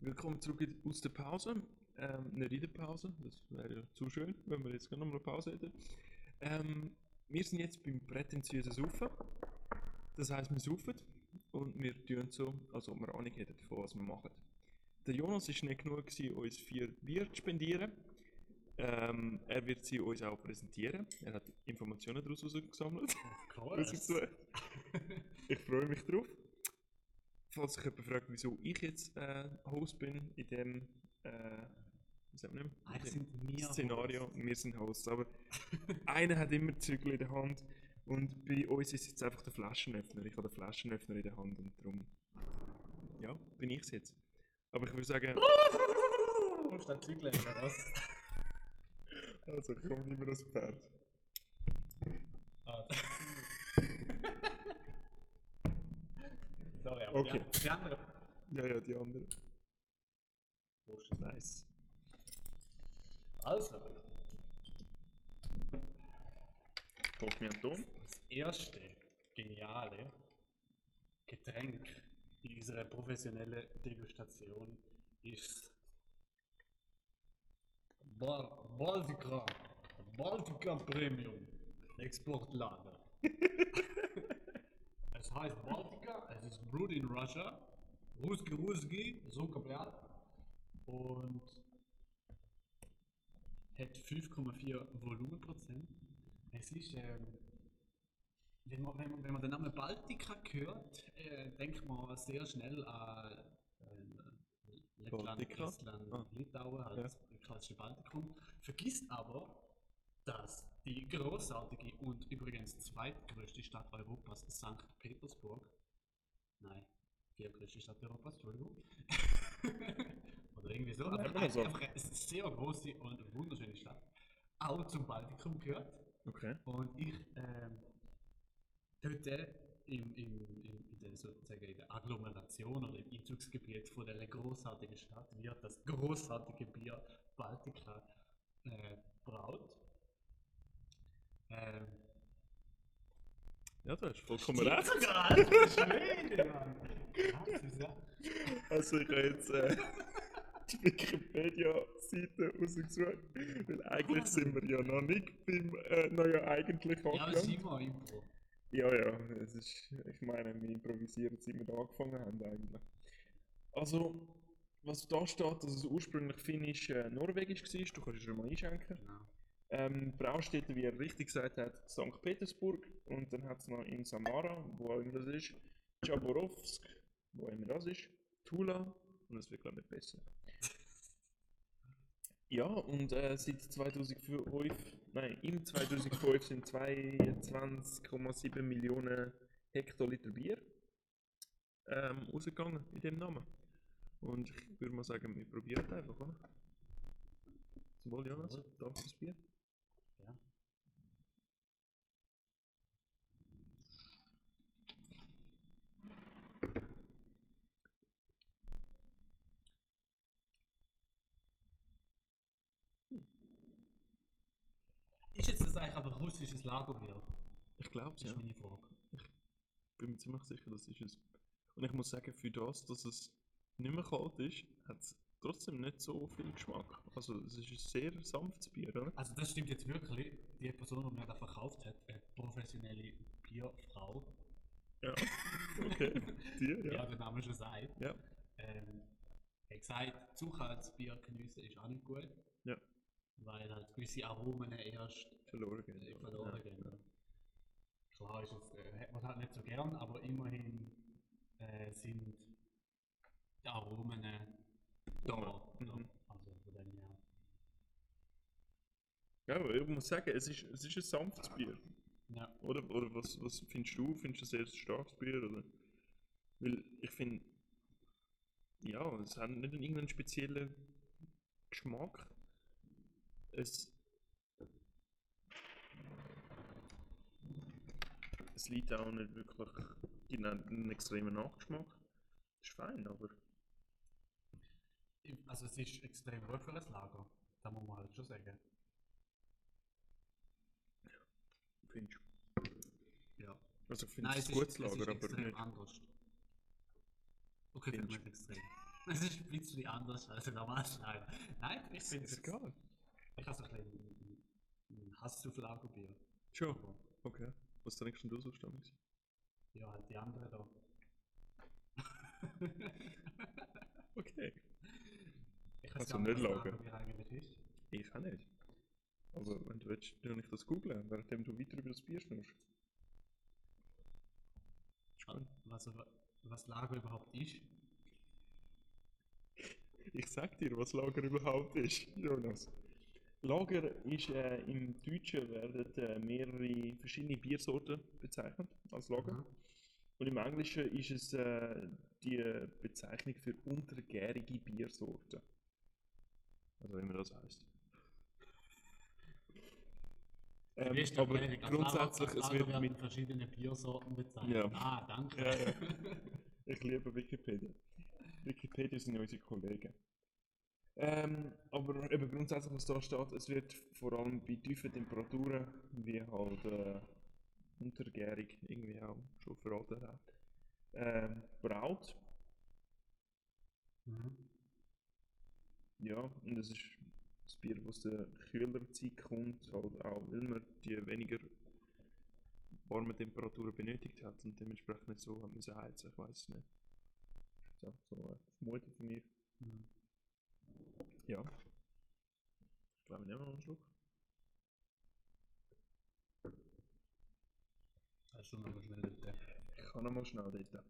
Willkommen zurück aus der Pause. Ähm, eine Redepause. Das wäre ja zu schön, wenn wir jetzt gar noch mal eine Pause hätten. Ähm, wir sind jetzt beim prätentiösen Saufen. Das heisst, wir saufen und wir tun so, als ob wir Ahnung hätten, von was wir machen. Der Jonas ist nicht genug, gewesen, uns vier Bier zu spendieren. Ähm, er wird sie uns auch präsentieren. Er hat Informationen daraus gesammelt. rausgesucht. ich freue mich drauf. Falls sich jemand fragt, wieso ich jetzt äh, Host bin in dem äh, wie sagt man dem? Eigentlich sind wir Szenario, wir sind Hosts. Aber einer hat immer Zügel in der Hand und bei uns ist jetzt einfach der Flaschenöffner. Ich habe den Flaschenöffner in der Hand und darum ja, bin ich es jetzt. Aber ich würde sagen, Du musst dann zügeln, oder was? also ich komme nicht mehr aus dem Pferd. Ah. Sorry, aber Okay. die, die anderen. Ja, ja, die anderen. Wurscht. Nice. Also, Hoff mir Tom. das erste geniale Getränk in unserer professionellen Degustation ist Bal Baltica. Baltica Premium. Exportlager. es heißt Baltica, es ist brewed in Russia. Ruski Ruski, so komplett. Und hat 5,4 Volumenprozent. Es ist, ähm, wenn man, wenn, man, wenn man den Namen Baltica hört, äh, denkt man sehr schnell an äh, Lettland, Baltica? Estland, Ah. Litauen, halt Ja. das klassische Baltikum. Vergisst aber, dass die großartige und übrigens zweitgrößte Stadt Europas, St. Petersburg, nein, viertgrößte Stadt Europas, Entschuldigung, oder irgendwie so, Ja, aber immer so. einfach eine sehr große und wunderschöne Stadt, auch zum Baltikum gehört. Okay. Und ich ähm, dort äh, im, im, im, in der, sozusagen in der Agglomeration oder im Einzugsgebiet von dieser großartigen Stadt wird das großartige Bier Baltica äh, braut. Ähm, Ja, du hast vollkommen recht. Alter Schwede, Mann! Krasse Sache. Also ich habe jetzt äh, die Wikipedia-Seite rausgesucht, weil eigentlich sind wir ja noch nicht beim äh, neuen eigentlich Ja, aber es ist angelangt. immer Impro. Ja, ja, es ist, ich meine, wir improvisieren, seit wir angefangen haben eigentlich. Also, was da steht, dass es ursprünglich finnisch-norwegisch war, du kannst es schon mal einschenken. Genau. Ähm, Braustätte, wie er richtig gesagt hat, St. Petersburg und dann hat es noch in Samara, wo auch immer das ist, Chaborowsk, wo auch immer das ist, Tula und es wird glaube ich nicht besser. Ja, und äh, seit 2005, nein, im 2005 sind 22,7 Millionen Hektoliter Bier ähm, rausgegangen in dem Namen. Und ich würde mal sagen, wir probieren es einfach, oder? Zum Wohl, Jonas, danke fürs Bier. Ja. Ist jetzt das eigentlich aber russisches Lagerbier? Ich glaube Das ist meine Frage. bin mir ziemlich sicher, das ist es. Und ich muss sagen, für das, dass es nicht mehr kalt ist, hat es trotzdem nicht so viel Geschmack. Also es ist ein sehr sanftes Bier, oder? Also das stimmt jetzt wirklich. Die Person, die mir das verkauft hat, eine professionelle Bierfrau. Ja. Okay. Dir, Ja, ja. der Name schon sagt. Ja. Ähm, er hat gesagt, zu kaltes Bier geniessen ist auch nicht gut. Ja. Weil halt gewisse Aromen erst Verloren geht. äh, verloren gehen. Klar ist es, äh, hat man halt nicht so gern, aber immerhin äh, sind die Aromen äh, da. Mhm. Also von dem her. Ja, aber ich muss sagen, es ist, es ist ein sanftes Bier. Ja. Oder, oder was, was findest du? Findest du es sehr starkes Bier? Oder? Weil ich finde, ja, es hat nicht irgendeinen speziellen Geschmack. Es, es liegt auch nicht wirklich in einem extremen Nachgeschmack. Ist fein, aber Im- Also es ist extrem ruhig für ein Lager. Das muss man halt schon sagen. findest du. Ja. Also ich finde Nein, es es ein ist, gutes es ist Lager, aber extrem nicht. anders. Okay, Findest das du? ist extrem. Es ist ein bisschen anders als ein normales Lager. Nein, ich finde Ist es. egal. Ich habe so ein bisschen einen Hass auf Lagerbier. Schon. Aber Okay. Was trinkst denn du so stammig? ja, halt die anderen da. Okay. ich Kannst weiß du gar nicht, nicht was lagen. Lagerbier eigentlich ist. Ich auch nicht. Aber wenn du willst, tu ich das googlen, währenddem du weiter über das Bier schnurst. Spannend. Was, was Lager überhaupt ist. Ähm, Ich sag dir, was Lager überhaupt ist, Jonas. Lager ist äh, im Deutschen werden äh, mehrere verschiedene Biersorten bezeichnet als Lager. Mhm. Und im Englischen ist es äh, die Bezeichnung für untergärige Biersorten. Was auch immer Also, das heißt. Wie Ähm, ist die aber Erklärung? Als grundsätzlich, Lager, als es Lager wird werden mit verschiedenen Biersorten Ja. bezeichnet. Ah, danke. Ja, ja. Ich liebe Wikipedia. Wikipedia sind unsere Kollegen. Ähm, aber eben grundsätzlich, was da steht, es wird vor allem bei tiefen Temperaturen, wie halt äh, untergärig, irgendwie auch schon verraten hat, ähm, braut. Mhm. Ja, und das ist das Bier, das aus der kühleren Zeit kommt, halt auch weil man die weniger warme Temperaturen benötigt hat und dementsprechend nicht so hat müssen heizen, ich weiß es nicht. Das ist einfach so eine Vermutung von mir. Mhm. Ja. Ich glaube, ich nehme noch einen Schluck. Das ist schon nochmal schnell dort. Ich kann noch mal schnell dort.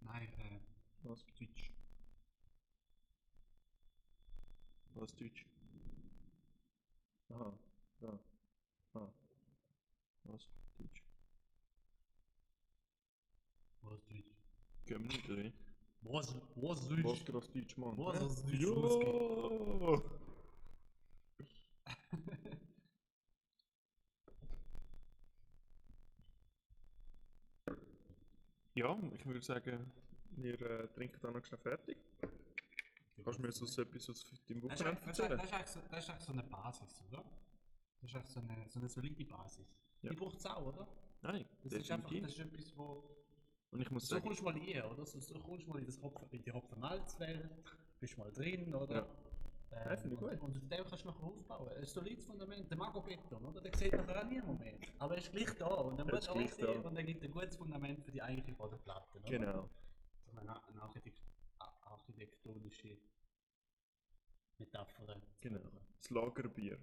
Nein, äh, Was Deutsch? Was Deutsch? Aha, da. Ah. Was Deutsch? was Deutsch? Gehen wir nicht rein. Was, Was was Deutsch? geht auf Deutsch, Mann? Was hä? aus Deutsch Jo! Ja, ich würde sagen, wir äh, trinken dann noch schnell fertig. Kannst du mir jetzt aus etwas aus dem Wochenende Das ist eigentlich- das ist eigentlich- erzählen? das ist eigentlich so- das ist eigentlich so eine Basis, oder? Das ist eigentlich so eine, so eine solide Basis. Ja. Die braucht es auch, oder? Nein, Das ist einfach definitiv. das ist etwas, wo. Und ich muss So sagen, kommst du mal rein, oder? So, so kommst du mal in, das Hopfen, in die Hopfenmalzwelt, bist mal drin, oder? Ja. Ähm, Ja, finde ich und- gut. Und auf dem kannst du nachher aufbauen. Ein solides Fundament, der Mago Beton, oder? Den sieht nachher auch niemand mehr. Aber er ist gleich da und dann Er muss ist er gleich aussehen da. und er gibt ein gutes Fundament für die eigentliche Bodenplatte, oder? genau. So eine, Na- eine Architekt a- architektonische Metapher. Halt Genau. Das Lagerbier.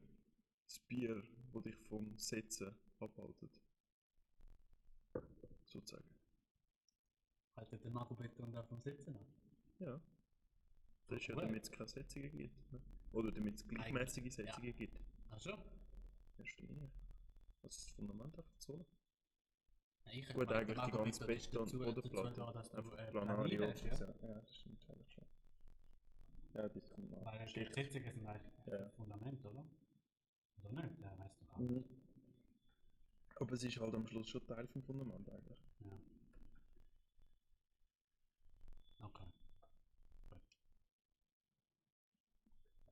Das Bier, das dich vom Setzen abhaltet. Sozusagen. Haltet den Mago Beton da vom Sitzen ab. Ja. Das ist ja, Cool. damit es keine Setzungen gibt. ne? Oder damit es gleichmäßige Setzungen gibt. Ach schon? Verstehe. Das ist das Fundament einfach so. Nein, ich Gut, meine, der eigentlich die Mago ganze Beton ist Beton- dazu- oder dazu da, dass Platte. du, äh, Einfach Planario. planierst, ja? Ja, das stimmt. eigentlich schon. Ja, das kommt mal. Weil die Kritik sind eigentlich Ja. ein äh, Fundament, oder? Oder nicht? Ja, weißt du auch. Mhm. Aber es ist halt am Schluss schon Teil vom Fundament eigentlich. Ja. Okay.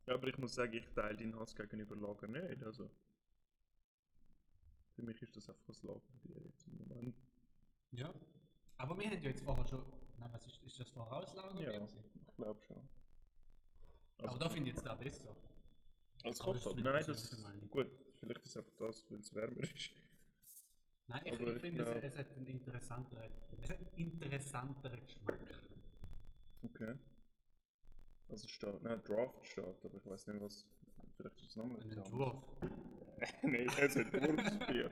Ja, aber ich muss sagen, ich teile deinen Hass gegenüber Lager nicht. Also. Für mich ist das einfach das Lagerbier jetzt im Moment. Ja. Aber wir haben ja jetzt vorher schon. Nein, was ist, ist das Vorauslagen? Ja, Also ich glaube schon. Aber da finde ich jetzt da besser. Als aber das Kopfhörer? finde ich Nein, persönlich das ist. gemein. Gut, vielleicht ist es einfach das, weil es wärmer ist. Nein, ich, Aber ich ich finde, glaub- es, es hat einen interessanteren, es hat einen interessanteren Geschmack. Okay. Also steht. Nein, Draft steht, aber ich weiß nicht, was. Vielleicht ist es nochmal. Einen Entwurf. Nein, es hat Wurstbier.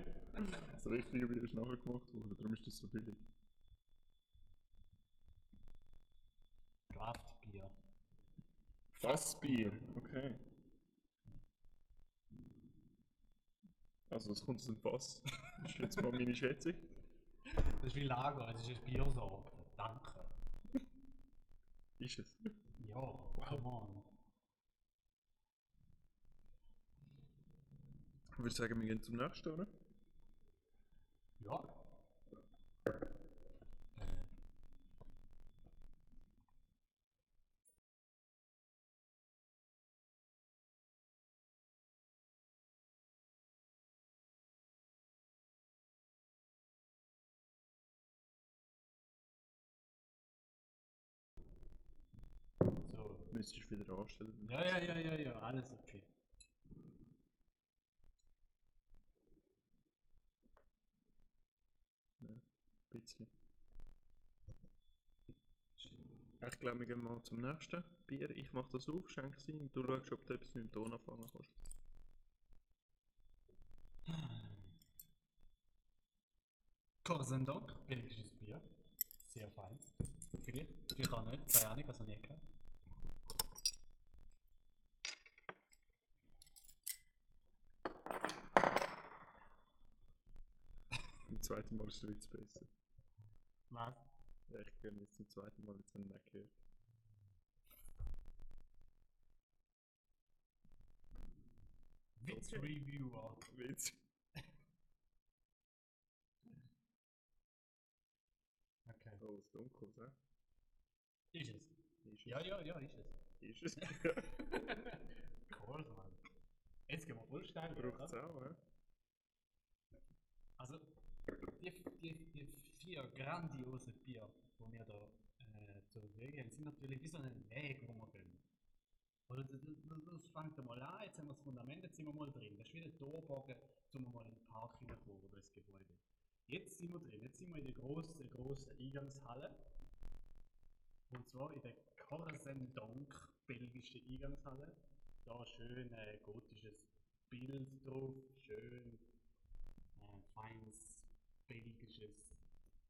Das richtige Bier ist nachher gemacht worden, darum ist das so billig. Draftbier. Fassbier. Okay. Also, es kommt aus dem Fass. Das ist jetzt mal meine Schätzung. Das ist wie Lager, es ist ein Biersorte. Danke. Ist es. Ja, come on. Ich würde sagen, wir gehen zum nächsten, oder? Ja. müsstest du wieder anstellen. Ja, ja, ja, ja, ja, alles okay. Ein bisschen. Ich glaube, wir gehen mal zum nächsten Bier. Ich mache das auf, schenke sie und du schaust, ob du etwas mit dem Ton anfangen kannst. Korsendok, belgisches Bier. Sehr fein. Vielleicht, vielleicht auch nicht, keine Ahnung, was ich nie gehabt. Im zweiten Mal ist der Witz besser. Was? Ja, Ich gebe jetzt zum zweiten Mal jetzt einen Neck Witz Reviewer. Witz. Okay. Oh, ist dunkel, hä? Ist es? Ist es? Ja, ja, ja, ist es. Ist es? Korsen. Jetzt gehen wir voll steil. Braucht oder? es auch, hä? Also, die, die, die vier grandiosen Bier, die wir da äh, zu bewegen haben, sind natürlich wie so ein Weg, wo wir gehen. Oder das, das, das- das fängt einmal an, jetzt haben wir das Fundament, jetzt sind wir mal drin. Das ist wie der Torbogen, um mal in den Park hineinkommen oder ins Gebäude. Jetzt sind wir drin, jetzt sind wir in der grossen, grossen Eingangshalle. Und zwar in der Korsendonk, belgische Eingangshalle. Da schön äh, gotisches Bild drauf, schön äh, feines belgisches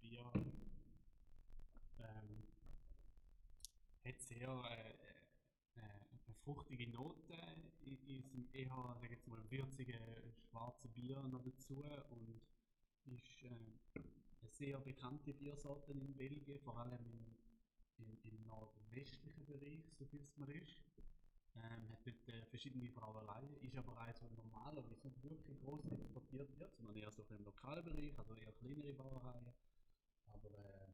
Bier. Ähm, hat sehr äh, äh, eine fruchtige Note in, in diesem eher, sag jetzt mal, würzigen schwarzen Bier noch dazu und ist äh, eine sehr bekannte Biersorte in Belgien, vor allem im, im, im nordwestlichen Bereich, so viel es mir ist. Ähm, hat dort äh, verschiedene Brauereien, ist aber eins, was normalerweise nicht wirklich groß exportiert wird, sondern eher so im Lokalbereich, also eher kleinere Brauereien. Aber äh,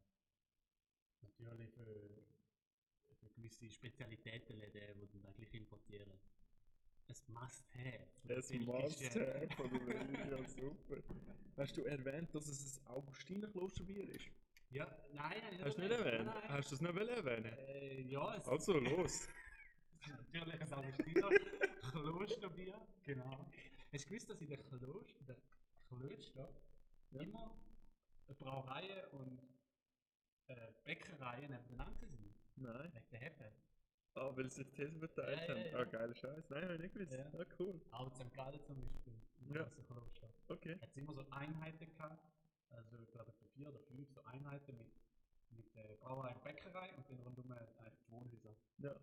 natürlich für, für gewisse Spezialitäten, äh, die dann eigentlich importieren. Es must have. Es Belgische- must have von der Welt, ja super. Hast du erwähnt, dass es ein Augustinerklosterbier ist? Ja, nein, nein, Hast du nicht erwähnt? Nein, nein. Hast du es nicht wollen erwähnen? Äh, ja, es Also los! ist natürlich ein Augustiner Klosterbier, genau. Hast du gewusst, dass in den Kloster, den Klöster immer Brauereien und äh, Bäckereien nebeneinander sind? Nein. Wegen der Hefe. Ah, weil sie die Thesen verteilt Ja, ja, haben. ja. Ah, geiler Scheiß. Nein, habe ich nicht gewusst. Ja. Ah, cool. Auch St. Gallen zum Beispiel, im Ja. grossen Kloster. Okay. hat es immer so Einheiten gehabt, also ich glaube etwa vier oder fünf so Einheiten mit, mit äh, Brauerei und Bäckerei und dann rundum äh, die Wohnhäuser. Ja.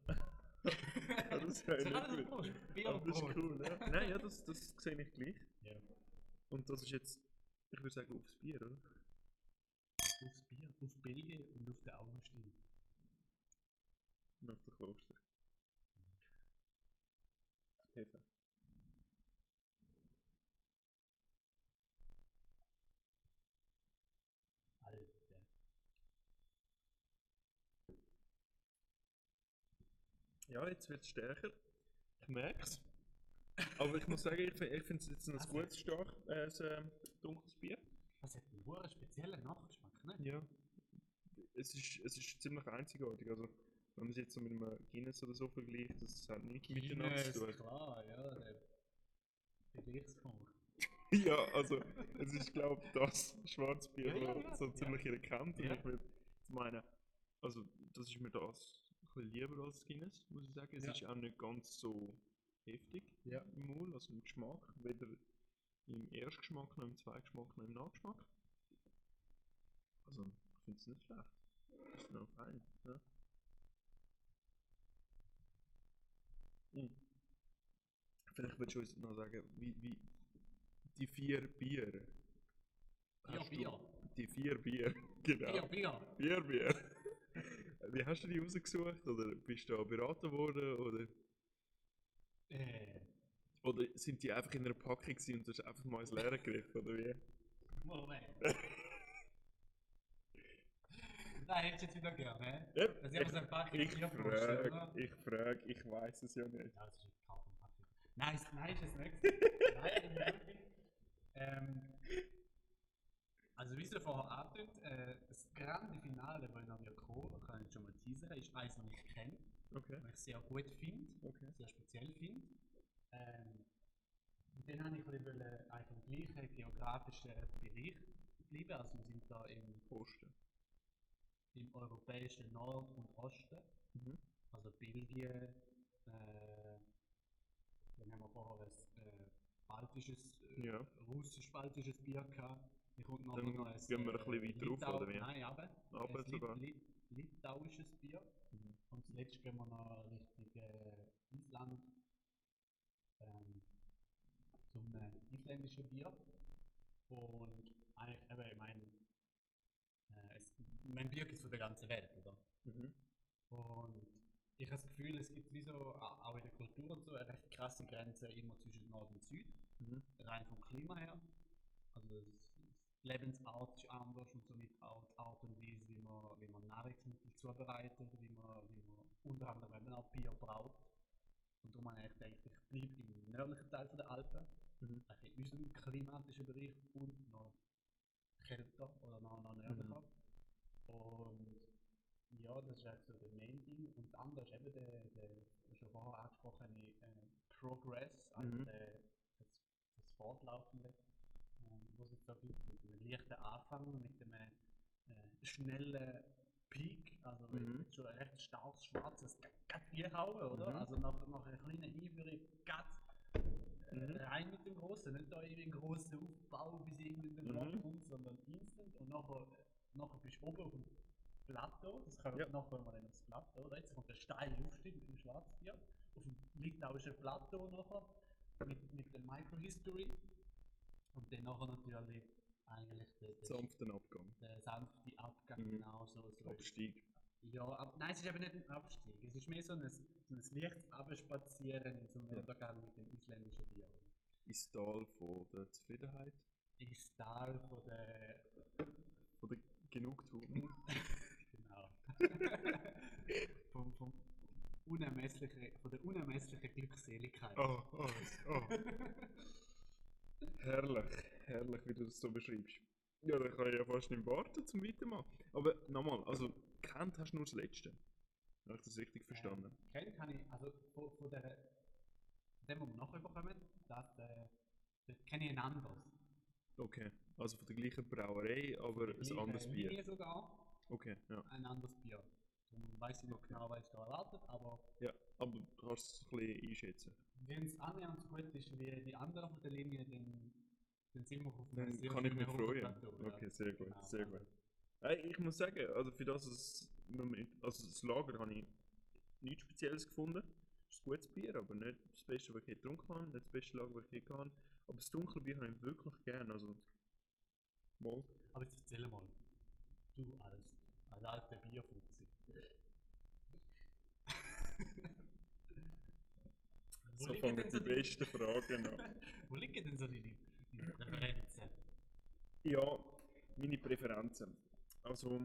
das ist ja Das ist nicht alles gut. Brot, Bier Aber Ah, und das ist Brot. cool, ja. Nein, ja, das, das sehe ich gleich. Ja, Und das ist jetzt, ich würde sagen, aufs Bier, oder? aufs Bier, auf Belgien und auf den Augenstein. Und auf der Kloster. Hefe. Alter. Ja, jetzt wird es stärker. Ich merke es. Aber ich muss sagen, ich, fi- ich finde es jetzt ein Also- gutes, stark, äh, ein, ähm, dunkles Bier. Das hat einen hohen speziellen Nachgeschmack, ne? Ja. Es ist, es ist ziemlich einzigartig. Also, wenn man es jetzt so mit einem Guinness oder so vergleicht, das hat nichts miteinander zu tun. klar, ja, der Vergleichspunkt. Ja, also, es ist, glaube ich, das Schwarzbier, Ja, ja, das ja, so ja. ziemlich jeder kennt. Und Ja. ich würde meinen, also, das ist mir das ein bisschen lieber als Guinness, muss ich sagen. Es Ja. ist auch nicht ganz so heftig Ja. im Mund, also im Geschmack. Weder im Erstgeschmack, noch im Zweigeschmack, noch im Nachgeschmack. Also, ich finde es nicht schlecht. Das ist noch ne? fein. Ja. Mm. Vielleicht würdest du uns noch sagen, wie, wie die vier Bier. Hast du- Bier. Die vier Bier, genau. Bier, Bier. Vier Bier. Wie hast du die rausgesucht? Oder bist du da beraten worden? Oder, Äh, oder sind die einfach in einer Packung gewesen und du hast einfach mal ins Leere gegriffen? Oder wie? Moment. Nein, hättest du jetzt wieder gerne, ne? Ja, Das ist ja so ein paar Äh, ich Bier ne? vorstellen, oder? frage, ich frage, ich weiß es ja nicht. Ja, das ist ein Karton Papier. Nein, ist- nein, ist es nicht. nein, wirklich. Ähm, also wie es ja vorher angedeutet, äh, das grande Finale, das noch wird kommen, kann ich schon mal teasern, ist eins, das ich kenne, Okay. weil ich sehr gut finde, Okay. sehr speziell finde. Ähm, und dann habe ich ein bisschen wollen eigentlich im gleichen geografischen Bereich bleiben. Also wir sind da im, Osten. im europäischen Nord- und Osten. Mhm. Also Belgien, äh, dann haben wir vorher ein äh, baltisches, äh, Ja. russisch-baltisches Bier gehabt. Dann kommt noch Dann noch ein, gehen wir ein bisschen weiter rauf, Litau- oder wie? Nein, aber Runter sogar. litauisches Bier. Mhm. Und zuletzt gehen wir noch Richtung äh, Island ähm, zum äh, isländischen Bier. Und eigentlich, eben, ich meine, äh, es, mein Bier gibt es von der ganzen Welt, oder? Mhm. Und ich habe das Gefühl, es gibt wie so, a- auch in der Kultur und so, eine recht krasse Grenze immer zwischen Nord und Süd, Mhm. rein vom Klima her. Also es- es- die Lebensart ist anders und somit auch die Art und Weise, wie man, wie man Nahrungsmittel zubereitet, wie man, wie man unter anderem eben auch Bier braut. Und darum habe ich gedacht, ich bleibe im nördlichen Teil von der Alpen, Mhm. also in unserem klimatischen Bereich und noch kälter oder noch, noch nördlicher. Mhm. Und ja, das ist eigentlich so der Main Ding. Und das andere ist eben der, der schon vorher angesprochene äh, Progress, also Mhm. der, das, das Fortlaufende, ähm, was es da gibt, mit einem leichten Anfang, mit einem äh, schnellen Peak, also Mhm. jetzt schon ein recht starkes schwarzes Gattierhauen, oder? Mhm. Also nach, nach einer kleinen Einführung, Gatt, Mhm. rein mit dem Großen, nicht da irgendwie einen grossen Aufbau, bis irgendwie der Mhm. Block kommt, sondern instant und nachher, nachher bist du oben auf dem Plateau, das kann Ja. nachher mal dann aufs Plateau, oder? Jetzt kommt der steile Aufstieg mit dem Schwarzbier, auf dem litauischen Plateau nachher, mit, mit der Microhistory und dann nachher natürlich eigentlich der, der, Sanften Abgang. der sanfte Abgang, Mhm. genau so, so Abstieg. ja, aber nein, es ist eben nicht ein Abstieg. Es ist mehr so ein, so ein leichtes Abspazieren in so einem Ja. Untergang mit dem isländischen Bier. Ins Tal von der Zufriedenheit. Ins Tal von der. Von der Genugtuung. genau. vom, vom unermesslichen, von der unermesslichen Glückseligkeit. Oh, oh, oh. herrlich, herrlich, wie du das so beschreibst. Ja, da kann ich ja fast nicht warten zum Weitermachen. Aber nochmal, also, kennt hast du nur das Letzte. Habe ich das richtig verstanden? Ähm, kennt habe ich, also von, von der. Dem, wo wir nachher bekommen, das, äh, das kenne ich ein anderes. Okay, also von der gleichen Brauerei, aber ein Gleiche anderes Bier. Linie sogar, Okay, ja. ein anderes Bier. Ich weiß nicht genau, was ich da erwartet, aber. ja. Aber du kannst es ein bisschen einschätzen. Wenn es annähernd so gut ist wie die anderen von der Linie, dann, dann sind wir auf Dann sehr kann ich schönen mich roten freuen. Plateau, ja. Okay, sehr gut, Genau, sehr also gut. Hey, ich muss sagen, also für das, es- also das Lager habe ich nichts Spezielles gefunden. Es ist ein gutes Bier, aber nicht das Beste, was ich je getrunken habe, nicht das beste Lager, was ich je kann. Aber das Dunkelbier habe ich wirklich gern. Also, mal. Aber jetzt erzähl mal, du als, als alter Bierfuzzi. So fangen die besten Fragen an. Wo liegen denn so deine deine Präferenzen? Ja, meine Präferenzen. Also,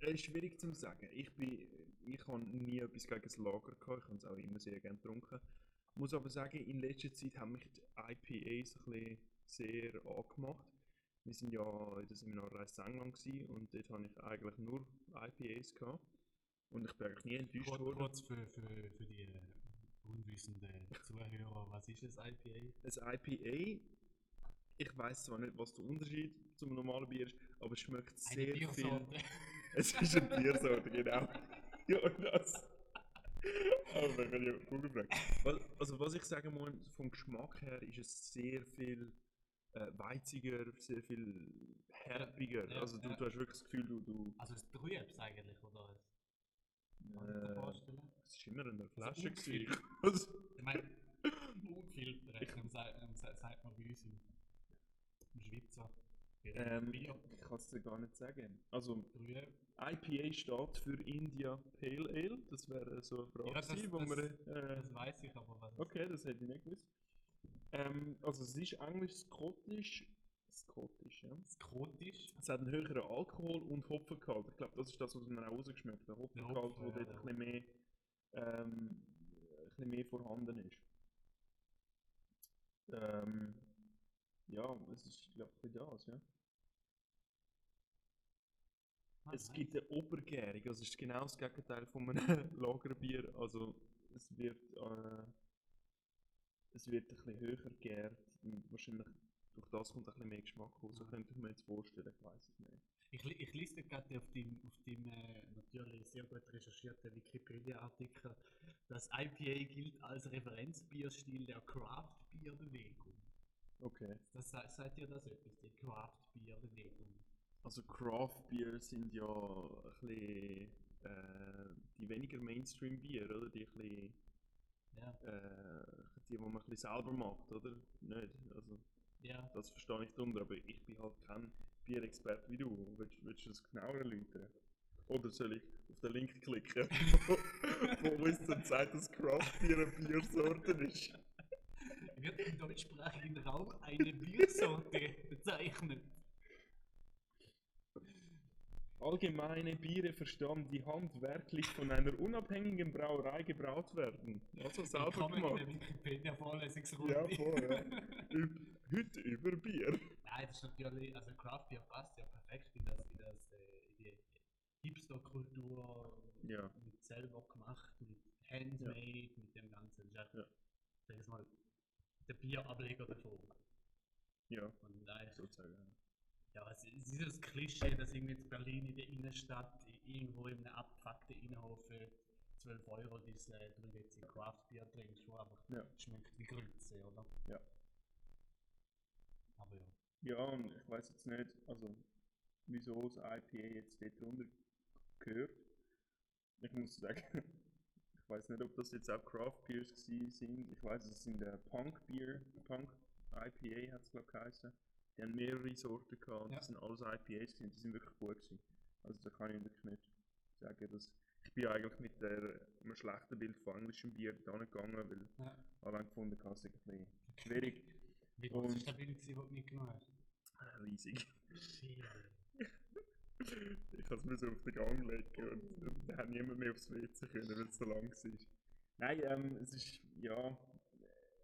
es ist schwierig zu sagen. Ich, bin, ich habe nie etwas gegen das Lager gehabt. Ich habe es auch immer sehr gerne getrunken. muss aber sagen, in letzter Zeit haben mich die IPAs ein bisschen sehr angemacht. Wir sind ja in der Seminarreise in England gewesen und dort habe ich eigentlich nur IPAs gehabt. Und ich bin eigentlich nie enttäuscht Kurz, worden. kurz für, für, für die äh, unwissenden Zuhörer, was ist das IPA? Ein IPA, ich weiß zwar nicht, was der Unterschied zum normalen Bier ist, aber es schmeckt Eine sehr viel. Biersorte. Es ist eine Biersorte, genau. ja, das. Aber wenn ich habe Google fragen. Was- Also was ich sagen muss, vom Geschmack her ist es sehr viel äh, weiziger, sehr viel herbiger. Ja, also du, ja. du hast wirklich das Gefühl, du... du Also es trübs eigentlich, oder? Kann ich mir äh, vorstellen. es ist immer in der Flasche ungefiltert. gewesen. Also, Ich meine, ungefiltert, ähm, sagt ähm, sa- sagt man bei uns im, im Schweizer. ähm, ich Bier, kann es dir gar nicht sagen. Also Brühe. IPA steht für India Pale Ale. Das wäre so eine Frage, Ja, das- gewesen, wo das- wir... Äh, Das weiß ich, aber was Okay, das hätte ich nicht gewusst. Ähm, also es ist eigentlich skottisch. Skottisch, ja. das Kot ist. Es hat einen höheren Alkohol- und Hopfengehalt. Ich glaube, das ist das, was man auch rausgeschmeckt hat. Der Hopfengehalt, Hopfen, wo ja, dort ja. ein bisschen mehr, ähm, ein bisschen mehr vorhanden ist. Ähm, ja, es ist, glaube ich, ein bisschen das, ja. Es gibt eine Obergärung, also es ist genau das Gegenteil von einem Lagerbier. Also es wird, äh, es wird ein bisschen höher gegärt. Wahrscheinlich durch das kommt ein bisschen mehr Geschmack raus. So könnte ich mir jetzt vorstellen, ich weiß es nicht. Ich, li- ich lese dir gerade auf deinem, auf deinem äh, natürlich sehr gut recherchierten Wikipedia-Artikel, dass IPA gilt als Referenzbierstil der Craft-Bier-Bewegung. Okay. Das se- sagt dir das etwas, die Craft-Bier-Bewegung. Also Craft Beer sind ja ein bisschen äh, die weniger Mainstream Bier, oder? Die ein bisschen, Ja, äh, die, die man ein bisschen selber macht, oder? Nicht? Also ja. das verstehe ich darunter, aber ich bin halt kein Bierexperte wie du. Willst, willst du das genauer erläutern? Oder soll ich auf den Link klicken, wo wo uns dann sagt, dass Craft Beer eine Biersorte ist? Wird im deutschsprachigen Raum eine Biersorte bezeichnet? Allgemeine Biere verstanden, die handwerklich von einer unabhängigen Brauerei gebraut werden. Also selber Willkommen in gemacht. der Wikipedia-Vorlesungsrunde. Ja, voll, ja. Üb- Heute über Bier. Nein, das ist natürlich, also Craft Beer passt ja perfekt in das, in das, äh, in die Hipster-Kultur Ja. mit selber gemacht, mit Handmade, mit dem Ganzen. Das ist Ja. ja, sag ich mal, der Bierableger davon. Ja, Und eigentlich, sozusagen. ja, es ist dieses Klischee, dass irgendwie in Berlin in der Innenstadt irgendwo in einem abgefuckten Innenhof für 12 Euro diese Drügezi Craft Beer trinkst, wo einfach Ja. schmeckt wie Grütze, oder? Ja. Aber ja. Ja, und ich weiß jetzt nicht, also, wieso das IPA jetzt dort drunter gehört. Ich muss sagen, ich weiß nicht, ob das jetzt auch Craft Beers gewesen sind. Ich weiß, es sind äh, Punk Beer, Punk IPA hat es glaube ich geheißen. Die haben mehrere Sorten gehabt und Ja. das sind alles IPAs gewesen. Die sind wirklich gut gewesen. Also da kann ich wirklich nicht sagen, dass ich bin eigentlich mit der, einem schlechten Bild von englischem Bier da gegangen, weil ja. allein gefunden habe, ist ein bisschen schwierig, Wie groß Und- ist der Bild, den du mitgenommen hast? riesig. Ich musste es auf den Gang legen und, und dann hat niemand mehr aufs WC können, weil es so lang war. Nein, ähm, es ist, ja,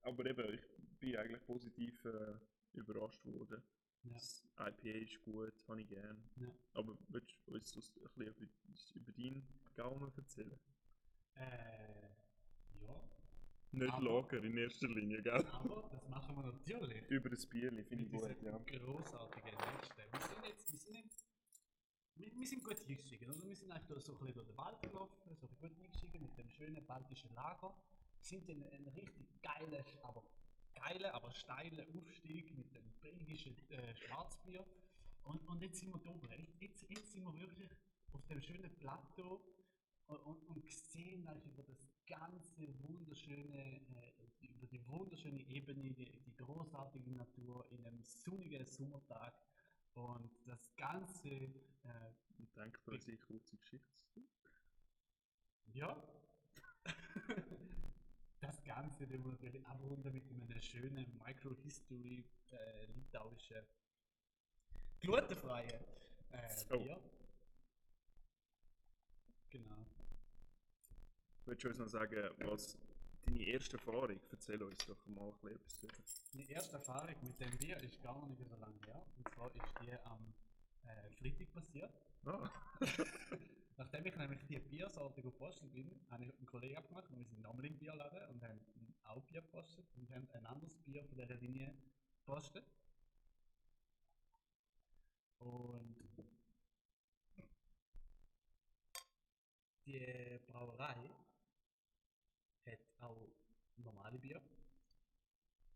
aber eben, ich bin eigentlich positiv äh, überrascht worden. Ja. Das IPA ist gut, habe ich gern. Ja. Aber willst du uns sonst ein bisschen über, über deinen Gaumen erzählen? Äh, ja. Nicht Aber- Lager in erster Linie, gell? Aber das machen wir natürlich. Über das Bierli, finde ich Mit gut, dieser ja. grossartigen Liste. Wir sind jetzt, wir sind jetzt, wir, wir sind gut eingestiegen. Also wir sind eigentlich durch- so ein bisschen durch den Wald gelaufen, so gut eingestiegen mit dem schönen baltischen Lager. Sind in einen richtig geilen, aber geilen, aber steilen Aufstieg mit dem belgischen äh, Schwarzbier. Und, und jetzt sind wir da oben. Jetzt- Jetzt, jetzt sind wir wirklich auf dem schönen Plateau und, und, und sehen eigentlich über das ganze wunderschöne, äh, die- über die wunderschöne Ebene, die, die großartige Natur in einem sonnigen Sommertag und das ganze, äh, Und denkt an unsere kurze Geschichte. ja, das Ganze den wir natürlich abrunden mit einem schönen Microhistory äh, litauischen glutenfreien äh, Oh. Bier. Genau. Willst du uns noch sagen, was deine erste Erfahrung? Erzähl uns doch mal ein bisschen etwas. darüber. Meine erste Erfahrung mit dem Bier ist gar noch nicht so lange her. Und zwar ist die am äh, Freitag passiert. Ah. Nachdem ich nämlich die Biersorte gepostet bin, habe ich einen Kollegen abgemacht und wir sind in Namling Bierladen und haben auch Bier gepostet und haben ein anderes Bier von dieser Linie gepostet. Und die Brauerei hat auch normale Bier.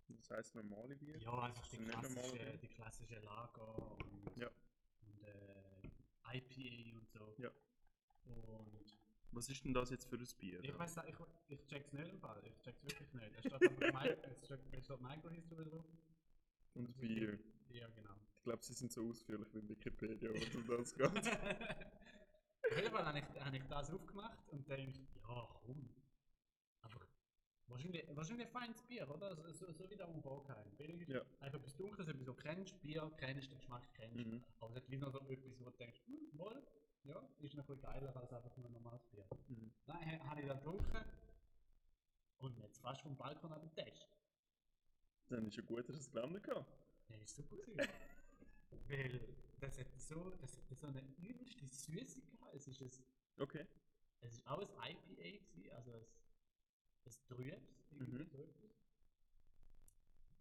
Das heisst normale Bier? Ja, einfach die Nicht normal, klassische, ja. die klassische Lager und, Ja. und äh, IPA und so. Ja. Und Was ist denn das jetzt für ein Bier? ich weiß nicht, ich, ich check's nicht im Fall, ich check's wirklich nicht. Es steht einfach Mi- es steht- es steht Microhistory drauf. Und Bier. Ja, genau. Ich glaube, sie sind so ausführlich wie Wikipedia, was um das geht. Auf jeden Fall habe ich, habe ich das aufgemacht und denke, ja, komm. Einfach, wahrscheinlich, wahrscheinlich ein feines Bier, oder? So, so, so wie der Umbaukeim. Belgisch. Ja. Einfach etwas Dunkles, etwas, was du kennst, Bier, kennst, den Geschmack kennst. Mhm. Aber es hat wieder so etwas, wo du denkst, hm, wohl, ja, ist noch ein bisschen geiler als einfach nur ein normales Bier. Mhm. Nein, ha- habe ich dann getrunken und jetzt fast vom Balkon an den Tisch. Dann ist ja gut, dass es gelandet hat. Das ist super gewesen. Weil Das hat so, das hat so eine übelste Süßigkeit. Es ist, ein, Okay. es ist auch ein IPA, gewesen, also ein, ein trübes. irgendwie Mhm. trübes.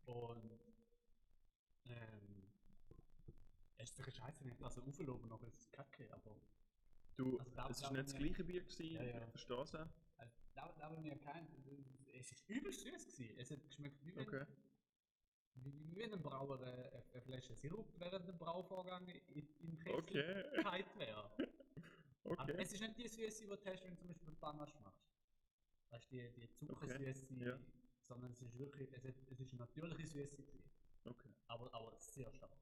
Und ähm, es ist doch scheiße, nicht also aufgeloben, noch ist es kacke, aber Du, Also da- es da- war nicht das ja. gleiche Bier, gewesen, Ja, ja. ich verstehe es auch. also, da, da mir kein, es ist übelst süß gewesen. Es hat geschmeckt wie wenn Okay. wie, wie wenn ein Brauer äh, eine, eine Flasche Sirup während dem Brauvorgang in, in Kessel Okay, gekalt wäre. Aber okay. es ist nicht die Süße, die du hast, wenn du zum Beispiel Banasch machst. Weißt du, die, die Zuckersüße, ja. sondern es ist wirklich, es, hat, es ist eine natürliche Süße gewesen. okay. Aber, aber sehr stark.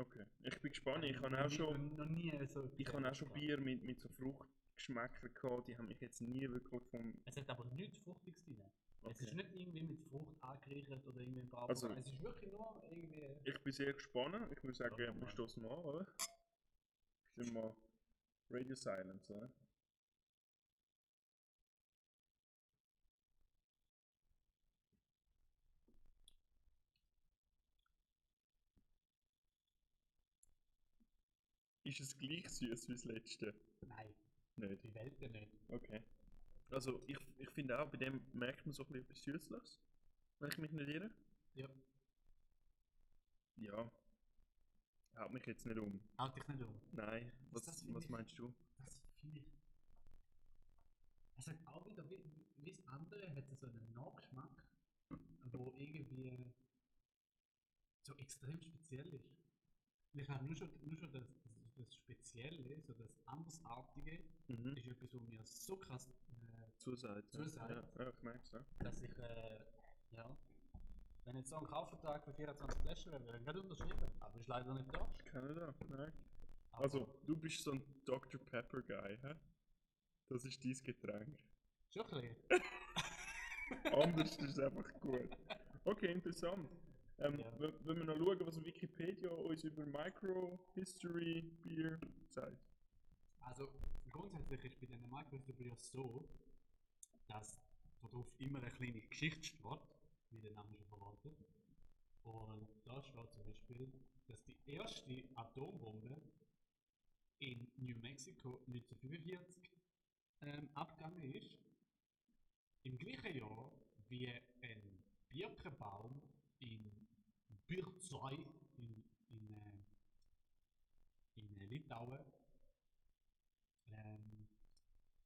Okay. Ich bin gespannt, ich Noch habe auch nie- schon, Noch nie so. ich habe auch schon gehabt. Bier mit, mit so Fruchtgeschmäckern gehabt, die haben mich jetzt nie wirklich vom... Es hat aber nichts Fruchtiges drin. Es ist Okay. nicht irgendwie mit Frucht angereichert oder irgendwie im Brauch. Also- es ist wirklich nur irgendwie. Ich bin sehr gespannt, ich würde sagen, Ja, wir normal. stoßen mal an, oder? Sind wir Radio Silence, oder? Ist es gleich süß wie das letzte? Nein, Nicht. die Welt ja nicht. Okay. Also ich, ich finde auch, bei dem merkt man so ein bisschen etwas Süßliches, wenn ich mich nicht irre. Ja. Ja. Haut mich jetzt nicht um. Haut dich nicht um. Nein. Was Was, ist das für was mich? meinst du? Das ist viel. Es hat auch wieder, wie, wie das andere, hat es so einen Nachgeschmack, wo irgendwie so extrem speziell ist. Und Ich habe nur schon, nur schon das, das Spezielle, so das Andersartige, Mhm. ist etwas, was mir so krass, äh, Zuseit. ja. Zuseit. ne? Ja, ne? ja ich merke es. Ja. dass ich, äh, ja, wenn jetzt so einen Kaufvertrag für 24 Flaschen wäre, dann hätte ich unterschrieben. Aber ist leider nicht da. Ich kenne da. Nein. Aber Also, du bist so ein Dr. Pepper Guy, hä? Das ist dein Getränk. Schon ein bisschen. Anders ist es einfach gut. Okay, interessant. Ähm, Ja. w- Wenn wir noch schauen, was Wikipedia uns über Micro History Beer sagt. Also grundsätzlich ist bei diesen Microsoft-Videos so, dass darauf immer eine kleine Geschichte steht, wie der Name schon verratet. Und da steht zum Beispiel, dass die erste Atombombe in New Mexico 1945 ähm, abgegangen ist. Im gleichen Jahr wie ein Birkenbaum in Birzoi in, in, äh, in äh, Litauen ähm,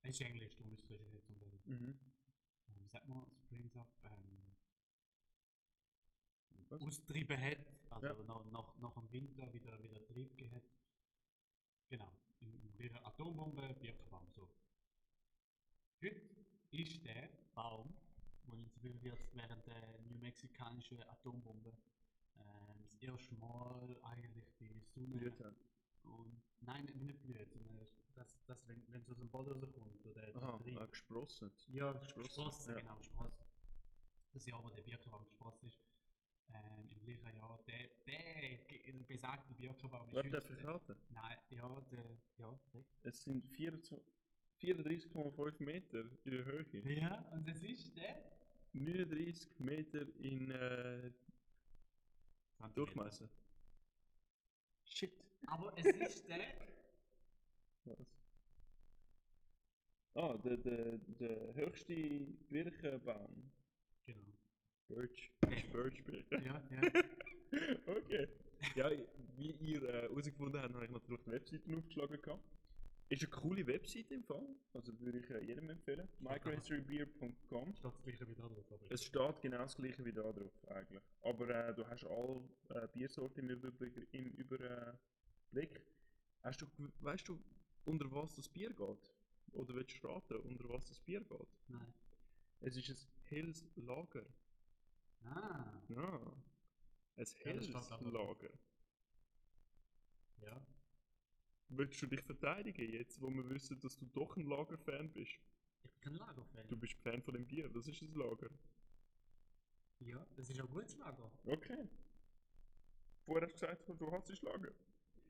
es ist Englisch, darum ist es jetzt unter dem, Mhm. ähm, sagt man, es brings up, ähm, Was? austrieben hat, also Ja. nach, nach, nach dem Winter wieder, wieder Trieb gehabt. Genau, in, in ihrer Atombombe, Birkenbaum, so. Heute ist der Baum, wo jetzt während der new mexikanischen Atombombe ähm, das erste Mal eigentlich die Sonne Blüht hat. und nein, nicht- nicht blöd, sondern das, das, wenn, wenn so aus dem Boden rauskommt oder der Aha, Trieb. äh, gesprossen. ja, Spross, Sprossen, ja. genau, Sprossen. Das Jahr, wo der Birkenbaum gesprossen ist, ähm, im gleichen Jahr, der, der ge- besagte Birkenbaum ist Warte, darf heute- ich raten? Nein, ja, der, ja, der. Es sind 24 34,5 Meter in der Höhe. Ja, und das ist der 39 Meter in äh, Durchmesser. Shit. Aber es ist der, Was? Ah, der, der, der höchste Birkenbaum. genau, Birch. Ja. Birch Birke. ja, ja, okay. Ja, wie ihr äh, herausgefunden habt, habe ich natürlich die Webseite aufgeschlagen. Gehabt. Ist eine coole Webseite im Fall. Also würde ich äh, jedem empfehlen. Microhistorybeer.com. steht das gleiche wieder drauf, aber Es steht genau das gleiche wie da drauf eigentlich. Aber äh, du hast alle äh, Biersorten im Überblick. Im Überblick. Hast du, gew- weißt du, unter was das Bier geht? Oder willst du raten, unter was das Bier geht? nein. Es ist ein helles Lager. Ah, Ja. Ein helles steht da drauf. Lager. ja. Willst du dich verteidigen jetzt, wo wir wissen, dass du doch ein Lager-Fan bist? Ich kann Lagerfeld. Du bist Fan von dem Bier, das ist ein Lager. Ja, das ist ein gutes Lager. Okay. Vorher hast du gesagt, du hast ein Lager.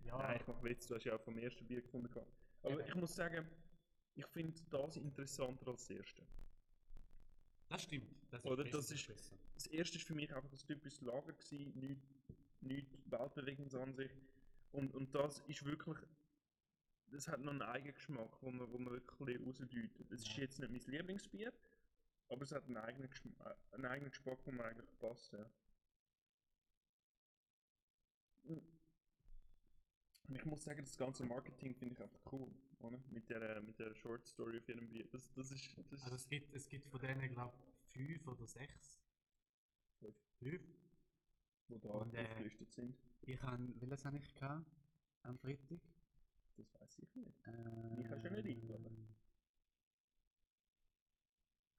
Ja, Nein, ich mache Witz, du hast ja auch vom ersten Bier gefunden. gehabt. Aber Eben. ich muss sagen, ich finde das interessanter als das erste. das stimmt. Das Oder besser, das ist- besser. Das erste war für mich einfach ein typisches Lager, gewesen, nichts nicht weltbewegendes an sich. Und, und das ist wirklich, das hat noch einen eigenen Geschmack, wo man, wo man wirklich ein bisschen rausdeutet. Es ist Ja. jetzt nicht mein Lieblingsbier, aber es hat einen eigenen, Geschm äh, einen eigenen Geschmack, wo man eigentlich passt. Ja. Und ich muss sagen, das ganze Marketing finde ich einfach cool, oder? Mit der, mit der Short Story auf jedem Bier. Das, das ist, das ist Also es gibt, es gibt von denen, glaube ich, fünf oder sechs. Fünf. Fünf? wo da und, äh, aufgelistet sind. Ich habe, welches habe ich gehabt? Am Freitag? Das weiß ich nicht. Äh, Ich habe schon nicht eingeladen.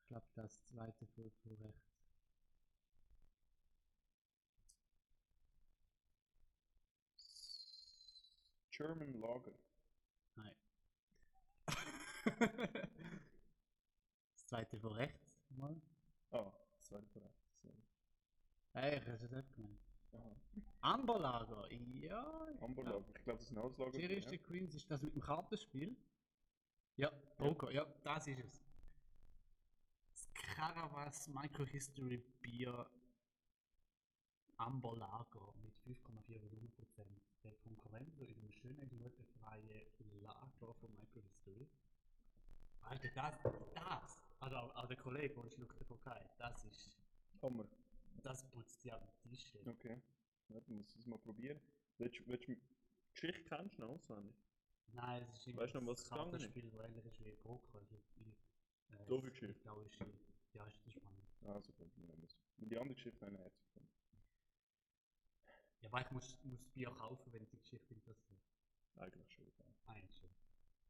Ich glaube, das zweite von von rechts. German Lager. Nein. das zweite von rechts mal. Ah, das war korrekt. Sorry. Hey, ich habe es nicht gemeint. Aha. Amberlager, ja. Amber Lager. Ich glaube, das ist ein anderes Lager. Series the Queens, ist das mit dem Kartenspiel? Ja, Poker, ja, das ist es. Das Caravas Microhistory Bier Amber Lager mit 5,4% der Konkurrent in einem schönen, glutenfreien Lager von Microhistory. Alter, das, das, also auch, auch der Kollege, der schluckt davon kein, das ist, Hammer. das putzt ja am Tisch. ey. Okay. Ja, dann muss ich es mal probieren. Willst, willst du die Geschichte kennst du noch auswendig? Nein, es ist immer Weißt du noch, was das das Gange ist? Kartenspiel, weil es ist wie Poker. Also, ich, äh, Doofe Geschichte. Ich glaube, ich, ja, ist das spannend. Ah, super. wir haben das. Und die andere Geschichte habe ich nicht gefunden. Ja, aber ich muss, muss das Bier kaufen, wenn die Geschichte interessiert. Eigentlich schon. ja. Eigentlich schon.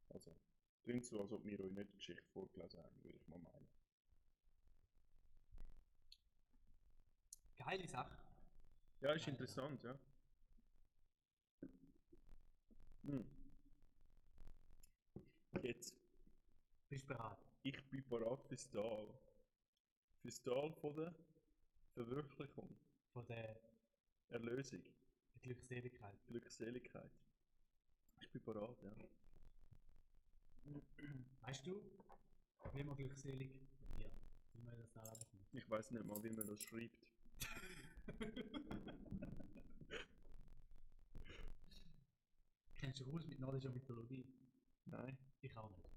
Also, klingt so, als ob wir euch nicht die Geschichte vorgelesen haben, würde ich mal meinen. Geile Sache. Ja, ist Leider. interessant, ja. Hm. Jetzt, Bist du bereit? ich bin parat fürs Tal. Fürs Tal von der Verwirklichung, Von der Erlösung, Glückseligkeit. Glückseligkeit. Ich bin parat, ja. Weißt du, wie man glückselig wird? Wie man das selber bekommt. Ich weiß nicht mal, wie man das schreibt. Kennst du dich aus mit nordischer Mythologie? Nein. Ich auch nicht.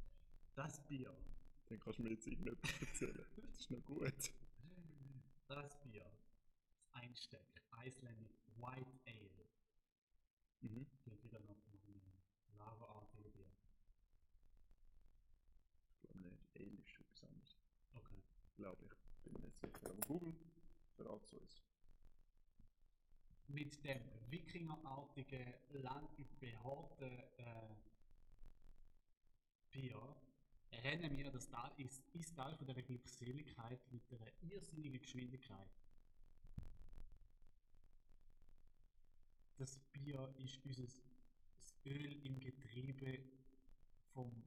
Das Bier. Dann kannst du mir jetzt irgendetwas erzählen. Das ist noch gut. Das Bier. Das Einsteck. Icelandic White Ale. Mhm. Klingt wieder noch nach einem lavaartigen Bier. Ich glaube nicht. Ale ist etwas anderes. Okay. Glaube ich. Bin mir nicht sicher. Aber Google verrat's uns. Mit dem wikingerartigen, lang behaarten äh, Bier rennen wir das Tal, ist, ist Tal von dieser Glückseligkeit mit einer irrsinnigen Geschwindigkeit. Das Bier ist unser das Öl im Getriebe vom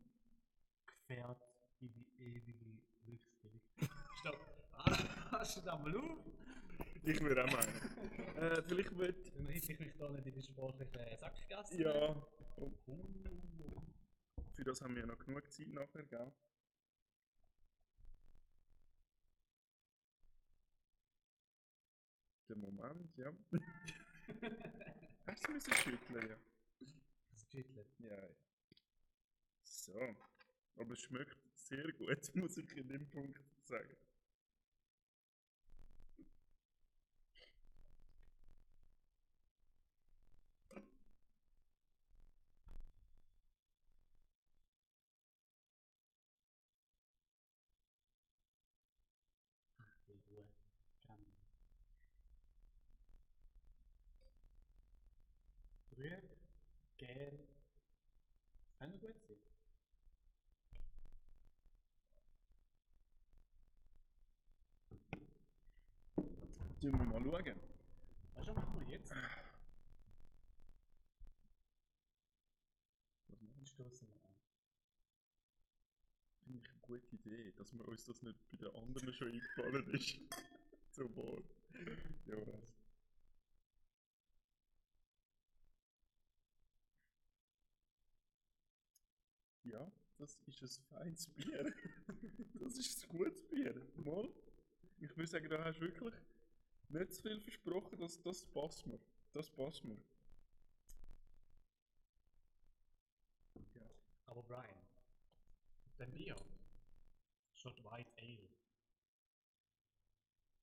Gefährt in die ewige Glückseligkeit. Stopp! Ah, Hast du da mal auf? Ich würde auch meinen. äh, vielleicht wird. Dann reite ich mich da nicht in die sportliche Sackgasse. Ja. Oh, Uh, für das haben wir ja noch genug Zeit nachher, gell? Der Moment, ja. Hast du müssen schütteln, ja? das Titel. Ja. ja. So. Aber es schmeckt sehr gut, muss ich in dem Punkt sagen. Die Ruhe. Dann. Grün, gelb. Kann gut sein. Tun wir mal schauen. Was schon machen wir jetzt? Was machen Dann stoßen wir an. wir? Finde ich eine gute Idee, dass wir uns das nicht bei den anderen schon eingefallen ist. Zum Wohl. Ja, was? Ja, das ist ein feines Bier. Das ist ein gutes Bier. Mal. Ich würde sagen, da hast du wirklich nicht zu viel versprochen, dass das passt mir. Das passt mir. O'Brien. Dein Bier. Shot White Ale.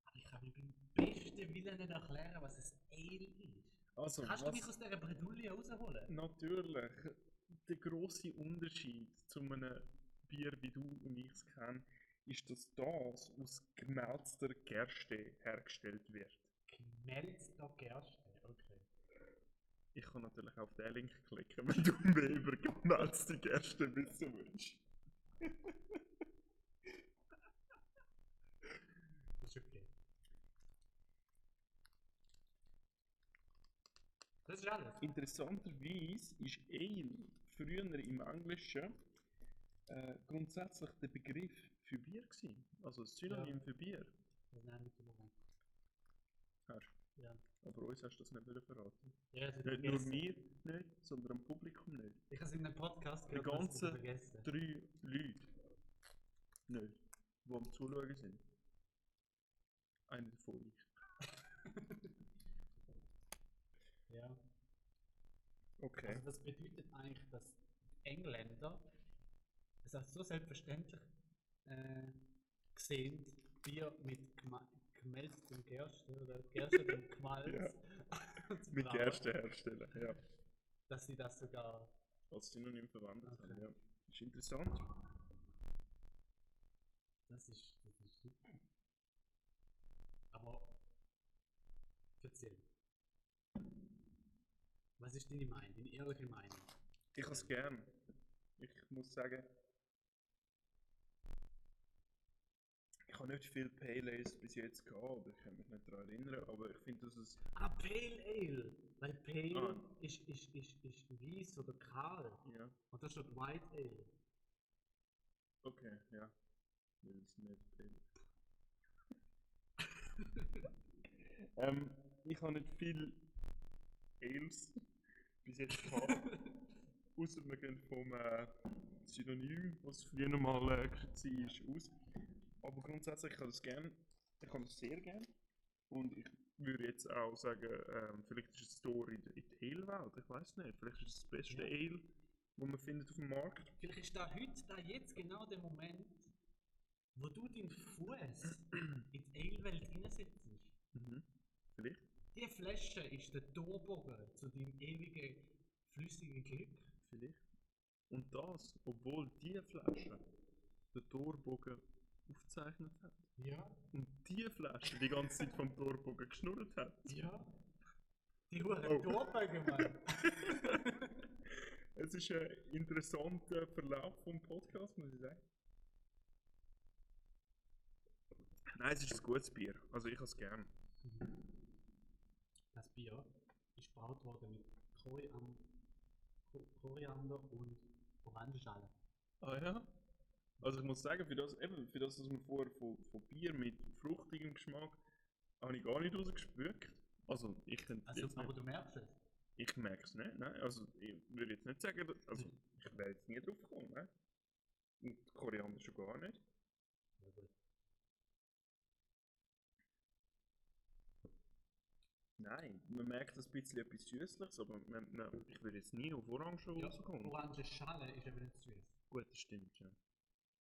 Aber ich kann mir beim besten Willen nicht erklären, was ein Ale ist. Also, Kannst du was- mich aus dieser Bredouille rausholen? Natürlich. Der große Unterschied zu einem Bier, wie du und ich es kennen, ist, dass das aus gemälzter Gerste hergestellt wird. Gemälzter Gerste, okay. Ich kann natürlich auf den Link klicken, wenn du mehr über gemälzte Gerste wissen willst. Das ist okay. Das ist alles. Interessanterweise ist Ale früher im Englischen äh, grundsätzlich der Begriff Für Bier gewesen. Also das Synonym für Bier. Das nehmen wir zum Moment. Hast. Ja. Aber uns hast du das nicht wollen verraten. Ja, das ist Nicht nur vergessen. mir nicht, sondern dem Publikum nicht. Ich habe es in einem Podcast Die gehört, und hab's ganze- vergessen. Drei Leute nicht, die am Zuschauen sind. Einer davon ich. Ja. Okay. Also das bedeutet eigentlich, dass die Engländer es als so selbstverständlich äh, gesehen, Bier mit Gma- gemälztem Gerste oder Gerste mit Gmalz zu Mit brauen, Gerste herstellen, ja. dass sie das sogar Als Synonym verwendet Okay. haben, ja. Ist interessant. Das ist, das ist super. Aber erzähl. Was ist deine Meinung, deine ehrliche Meinung? Ich habe es gern. Ich muss sagen, ich habe nicht viel Pale Ales bis jetzt gehabt, oder ich kann mich nicht daran erinnern, aber ich finde, dass es, Ah, Pale Ale! Weil Pale Ah. ist, ist, ist, ist weiß oder kahl. ja, Und da steht eh. White Ale. okay, ja. Weil es nicht Pale ähm, ich habe nicht viel Ales bis jetzt gehabt. Außer wir gehen vom äh, Synonym, was früher noch mal äh, war, aus. Aber grundsätzlich kann ich das gerne. Ich kann das sehr gerne. Und ich würde jetzt auch sagen, ähm, vielleicht ist es Tor in, in die Ale-Welt. Ich weiß nicht. Vielleicht ist es das beste Ja. Ale, das man findet auf dem Markt. Vielleicht ist da heute, da jetzt genau der Moment, wo du deinen Fuß in die Ale-Welt hineinsetzt. Vielleicht. Die Flasche ist der Torbogen zu deinem ewigen flüssigen Glück. Vielleicht. Und das, obwohl diese Flasche den Torbogen aufgezeichnet hat. Ja. Und diese Flasche die ganze Zeit vom Torbogen geschnurrt hat. Ja. Die Hure Oh. oh. Torbogen, Mann. Es ist ein interessanter Verlauf vom Podcast, muss ich sagen. Nein, es ist ein gutes Bier. Also ich habe es gern. Das Bier ist gebraut worden mit Korian Ko- Koriander und Orangenschale. Ah ja? Also ich muss sagen, für das, eben, für das, dass man vorher von, von Bier mit fruchtigem Geschmack, habe ich gar nicht rausgespürt. Also ich könnte Also, jetzt aber nicht, du merkst es. Ich merke es nicht, nein. Also ich würde jetzt nicht sagen, dass- also ich wäre jetzt nie drauf gekommen, ne? Und Koriander schon gar nicht. Nein, man merkt ein bisschen etwas Süßliches, aber man, man, ich würde jetzt nie auf Orange Ja, rauskommen. Orangenschale ist eben nicht süß. Gut, das stimmt, ja.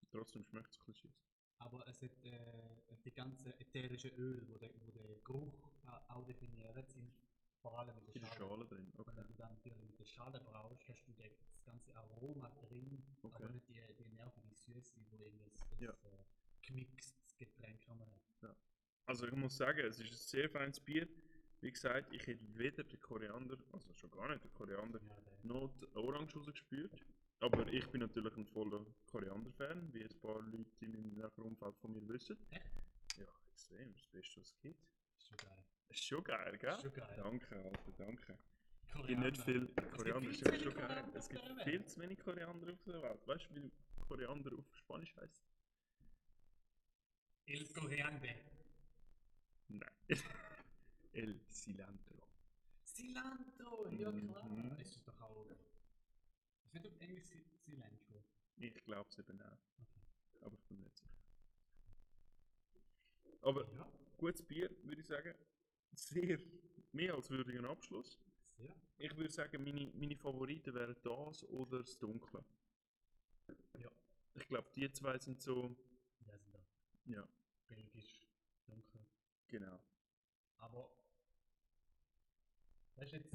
Trotzdem schmeckt es ein bisschen süß. Aber es hat äh, die ganzen ätherischen Öl, wo der, wo der Geruch äh, auch definiert, sind vor allem mit In der der Schale. Schale drin, Und okay. wenn du dann natürlich mit der Schale brauchst, hast du der, das ganze Aroma drin, Okay. aber nicht die, die nervige Süße, die eben das, Ja. das äh, gemixtes Getränk nochmal hat. Also ich muss sagen, es ist ein sehr feines Bier. Wie gesagt, ich hätte weder den Koriander, also schon gar nicht den Koriander, Ja, der- noch die Orange rausgespürt. Aber ich bin natürlich ein voller Koriander-Fan, wie ein paar Leute in meinem näheren Umfeld von mir wissen. Echt? Ja, extrem, das Beste, was es gibt. Ist schon geil. Ist schon geil, gell? Ist schon geil. Danke, Alter, danke. Es gibt Koriander. nicht viel Koriander, viel ist zu ja schon wenig geil. Koriander Es auf gibt der Welt. viel zu wenig Koriander auf der Welt. Weißt du, wie Koriander auf Spanisch heißt? El Coriander. Nein. El Cilantro. Cilantro, ja klar. Mhm. Ist es doch auch. Ist nicht auf Englisch Ci- Cilantro. Ich glaube es eben auch. Aber ich bin nicht sicher. Aber Ja, gutes Bier, würde ich sagen. Sehr, mehr als würdigen Abschluss. sehr. Ich würde sagen, meine, meine Favoriten wären das oder das Dunkle. Ich glaube, die zwei sind so. Ja, sind da. Ja. Belgisch, dunkel. Genau. Aber das ist jetzt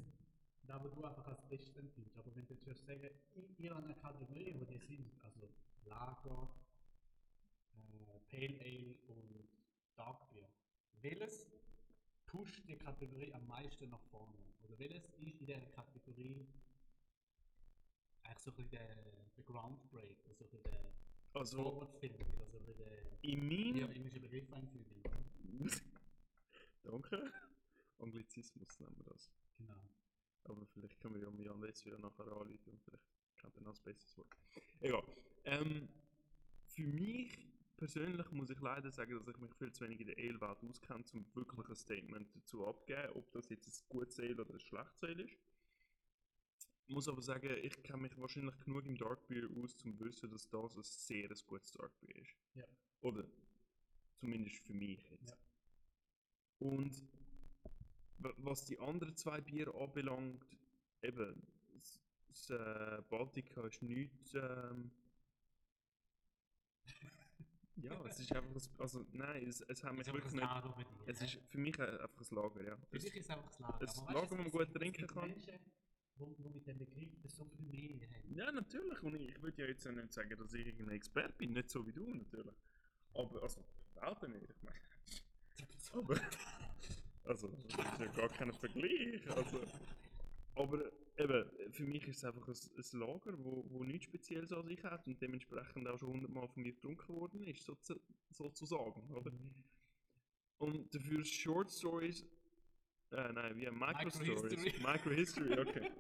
da, wo du einfach als Best empfindest. Aber wenn du jetzt würdest sagen, in ihrer Kategorie, wo die sind, also Lager, äh, Pale Ale und Dark Beer, welches pusht die Kategorie am meisten nach vorne? Oder welches ist in dieser Kategorie eigentlich so ein bisschen der, der Groundbreak, also ein bisschen der Also, Vorwärtsfinder, also ein bisschen der, in wie meinem. auch immer ich den Begriff einfügen. Danke. Anglizismus nennen wir das. Genau. Aber vielleicht können wir ja mal Jan Letz wieder nachher anrufen und vielleicht kennt er noch ein besseres Wort. Egal. Ähm, für mich persönlich muss ich leider sagen, dass ich mich viel zu wenig in der Ale-Welt auskenne, um wirklich ein Statement dazu abzugeben, ob das jetzt ein gutes Ale oder ein schlechtes Ale ist. Ich muss aber sagen, ich kenne mich wahrscheinlich genug im Dark Beer aus, um zu wissen, dass das ein sehr ein gutes Dark Beer ist. Ja. Oder zumindest für mich jetzt. Ja. Und w- was die anderen zwei Bier anbelangt, eben, das, das äh, Baltica ist nichts. Ähm, ja, es ist einfach. ein- Also, nein, es, es haben mich Jetzt haben wir wirklich das nicht. Lager bei dir, Es hä? ist für mich ein- einfach ein Lager, ja. Für Es, dich ist einfach das Lager. das aber Lager, weißt du, wo man es gut gibt- es trinken gibt kann. Menschen, wo, wo mit dem Begriff so viel mehr haben. ja, natürlich. Und ich, ich würde ja jetzt auch nicht sagen, dass ich irgendein Experte bin, nicht so wie du natürlich. Aber, also, auch nicht. Ich meine, aber, also, das ist ja gar kein Vergleich. Also, aber eben, für mich ist es einfach ein, ein Lager, wo, wo nichts Spezielles an sich hat und dementsprechend auch schon hundertmal von mir getrunken worden ist, sozu- sozusagen. Oder? Und dafür Short Stories, äh, nein, wie Micro Stories. Microhistory. Micro History, okay.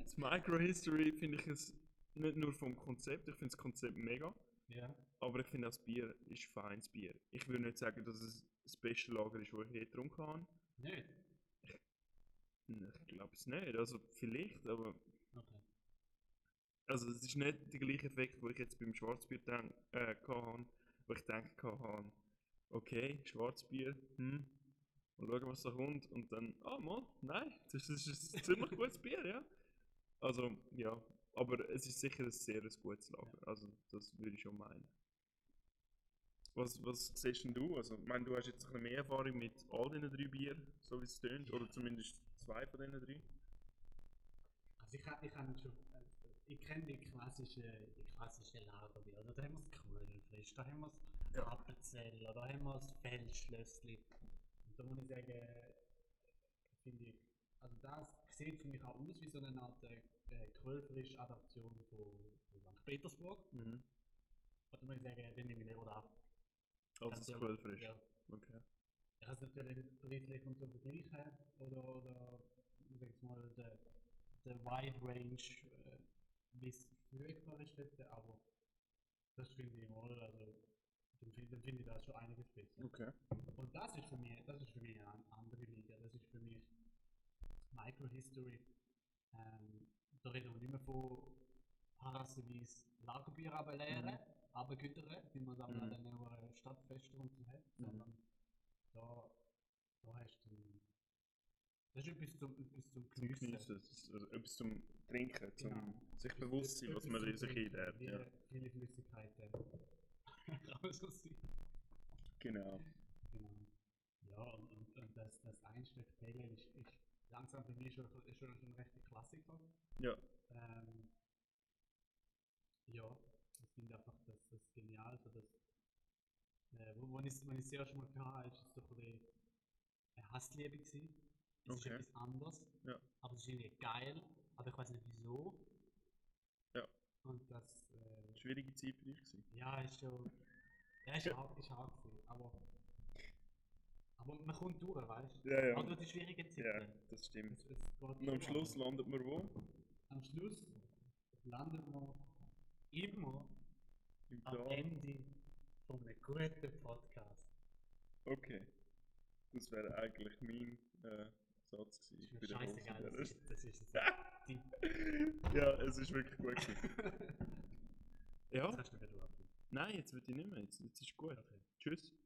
Das Micro History finde ich es nicht nur vom Konzept, ich finde das Konzept mega. Ja. Aber ich finde, das Bier ist feines Bier. Ich würde nicht sagen, dass es das beste Lager ist, das ich je getrunken habe. Nicht? Ich glaube es nicht. Also vielleicht, aber Okay. also es ist nicht der gleiche Effekt, wo ich jetzt beim Schwarzbier denk, äh, hatte, wo ich gedacht habe, okay, Schwarzbier, hm, und schauen, was da kommt. Und dann, ah, mal, nein, das ist, das ist ein ziemlich gutes Bier, ja. Also, ja, aber es ist sicher ein sehr ein gutes Lager. Also, das würde ich schon meinen. Was, was siehst denn du? Also, ich meine, du hast jetzt ein bisschen mehr Erfahrung mit all diesen drei Bier, so wie es tönt, oder zumindest zwei von diesen drei. Also ich, ha- ich, habe schon, äh, ich kenne die klassischen die klassische Lager. wie, Oder? Da haben wir das Krödelfrisch, da haben wir das Appenzell, da haben wir das Feldschlössli. Und da muss ich sagen, äh, finde ich, also das sieht für mich auch aus wie so eine Art äh, Krödelfrisch-Adaption von, von St. Petersburg. Mhm. Oder muss ich sagen, den nehme ich lieber ab. Also, das Ja, Quellfrisch. Ja. Okay. Ich habe natürlich nicht wirklich und so vergleichen. Oder, oder ich sag jetzt mal, der, der Wide Range, äh, wie es verfügbar ist dort, aber das finde ich mal, also dann finde dann finde ich das schon einiges besser. Okay. Und das ist für mich, das ist für mich eine andere Liga. Das ist für mich Microhistory. Ähm, da reden wir nicht mehr von parassenweise Lagerbier ablehren, mhm. abgütern, wie man es aber Mhm. an einer Stadtfest unten hat, sondern da, da hast du dann- das ist etwas zum, etwas zum Zum Geniessen. Geniessen, es ist also etwas zum Trinken, zum Genau. sich bewusst sein, was Etwas man zum in sich Trinken, einlädt. wie Ja. Viele Flüssigkeiten. Kann man so sagen. Genau. Genau. Ja, und, und, und das, das Einstück Pale Ale ist, ist langsam für mich schon, ist schon, schon ein rechter Klassiker. Ja. Ähm, ja, ich finde einfach das, das genial. So das, äh, wo, wo ich es das erste Mal gehört habe, ist es so ein bisschen eine Hassliebe. Gewesen. Es Okay. ist etwas anderes, Ja. aber es ist irgendwie geil, aber ich weiß nicht wieso. Ja. Und das, äh, Schwierige Zeit für dich gewesen. ja, ist schon. Ja, ist hart, ist hart gewesen, aber. Aber man kommt durch, weißt du? Ja, ja. Auch durch die schwierigen Zeiten. Ja, das stimmt. Es, es geht Und am durch, Schluss aber landet man wo? Am Schluss landet man immer Im am Plan. Ende von einem guten Podcast. Okay. Das wäre eigentlich mein äh, Satz Das gewesen. ist bei mir der scheißegal, das Hose. ist, das ist jetzt. Die, ja, es ist wirklich gut gewesen. das Ja? kannst du nicht abnehmen. Nein, jetzt würde ich nicht mehr. Jetzt, jetzt ist gut. Okay. Tschüss.